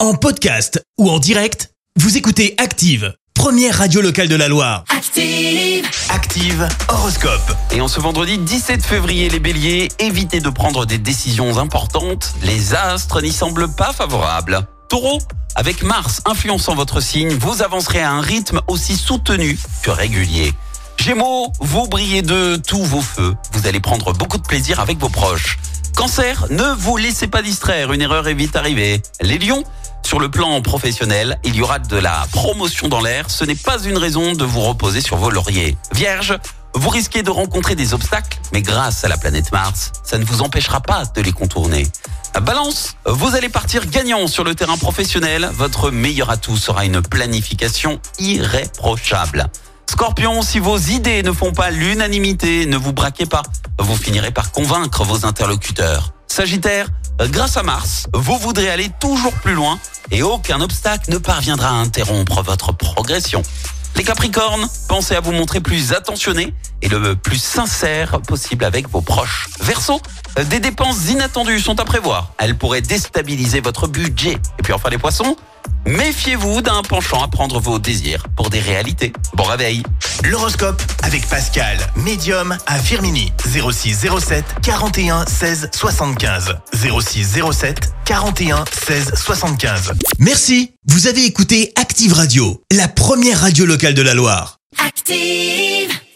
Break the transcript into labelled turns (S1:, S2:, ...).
S1: En podcast ou en direct, vous écoutez Active, première radio locale de la Loire.
S2: Active.
S3: Active Horoscope. Et en ce vendredi 17 février, les béliers, évitez de prendre des décisions importantes. Les astres n'y semblent pas favorables. Taureau, avec Mars influençant votre signe, vous avancerez à un rythme aussi soutenu que régulier. Gémeaux, vous brillez de tous vos feux. Vous allez prendre beaucoup de plaisir avec vos proches. Cancer, ne vous laissez pas distraire, une erreur est vite arrivée. Les lions, sur le plan professionnel, il y aura de la promotion dans l'air, ce n'est pas une raison de vous reposer sur vos lauriers. Vierge, vous risquez de rencontrer des obstacles, mais grâce à la planète Mars, ça ne vous empêchera pas de les contourner. Balance, vous allez partir gagnant sur le terrain professionnel, votre meilleur atout sera une planification irréprochable. Scorpion, si vos idées ne font pas l'unanimité, ne vous braquez pas. Vous finirez par convaincre vos interlocuteurs. Sagittaire, grâce à Mars, vous voudrez aller toujours plus loin et aucun obstacle ne parviendra à interrompre votre progression. Les Capricornes, pensez à vous montrer plus attentionné et le plus sincère possible avec vos proches. Verseau, des dépenses inattendues sont à prévoir. Elles pourraient déstabiliser votre budget. Et puis enfin les Poissons, méfiez-vous d'un penchant à prendre vos désirs pour des réalités. Bon réveil.
S1: L'horoscope avec Pascal, médium à Firmini, 0607 41 16 75. 0607 41 16 75. Merci, vous avez écouté Active Radio, la première radio locale de la Loire.
S2: Active.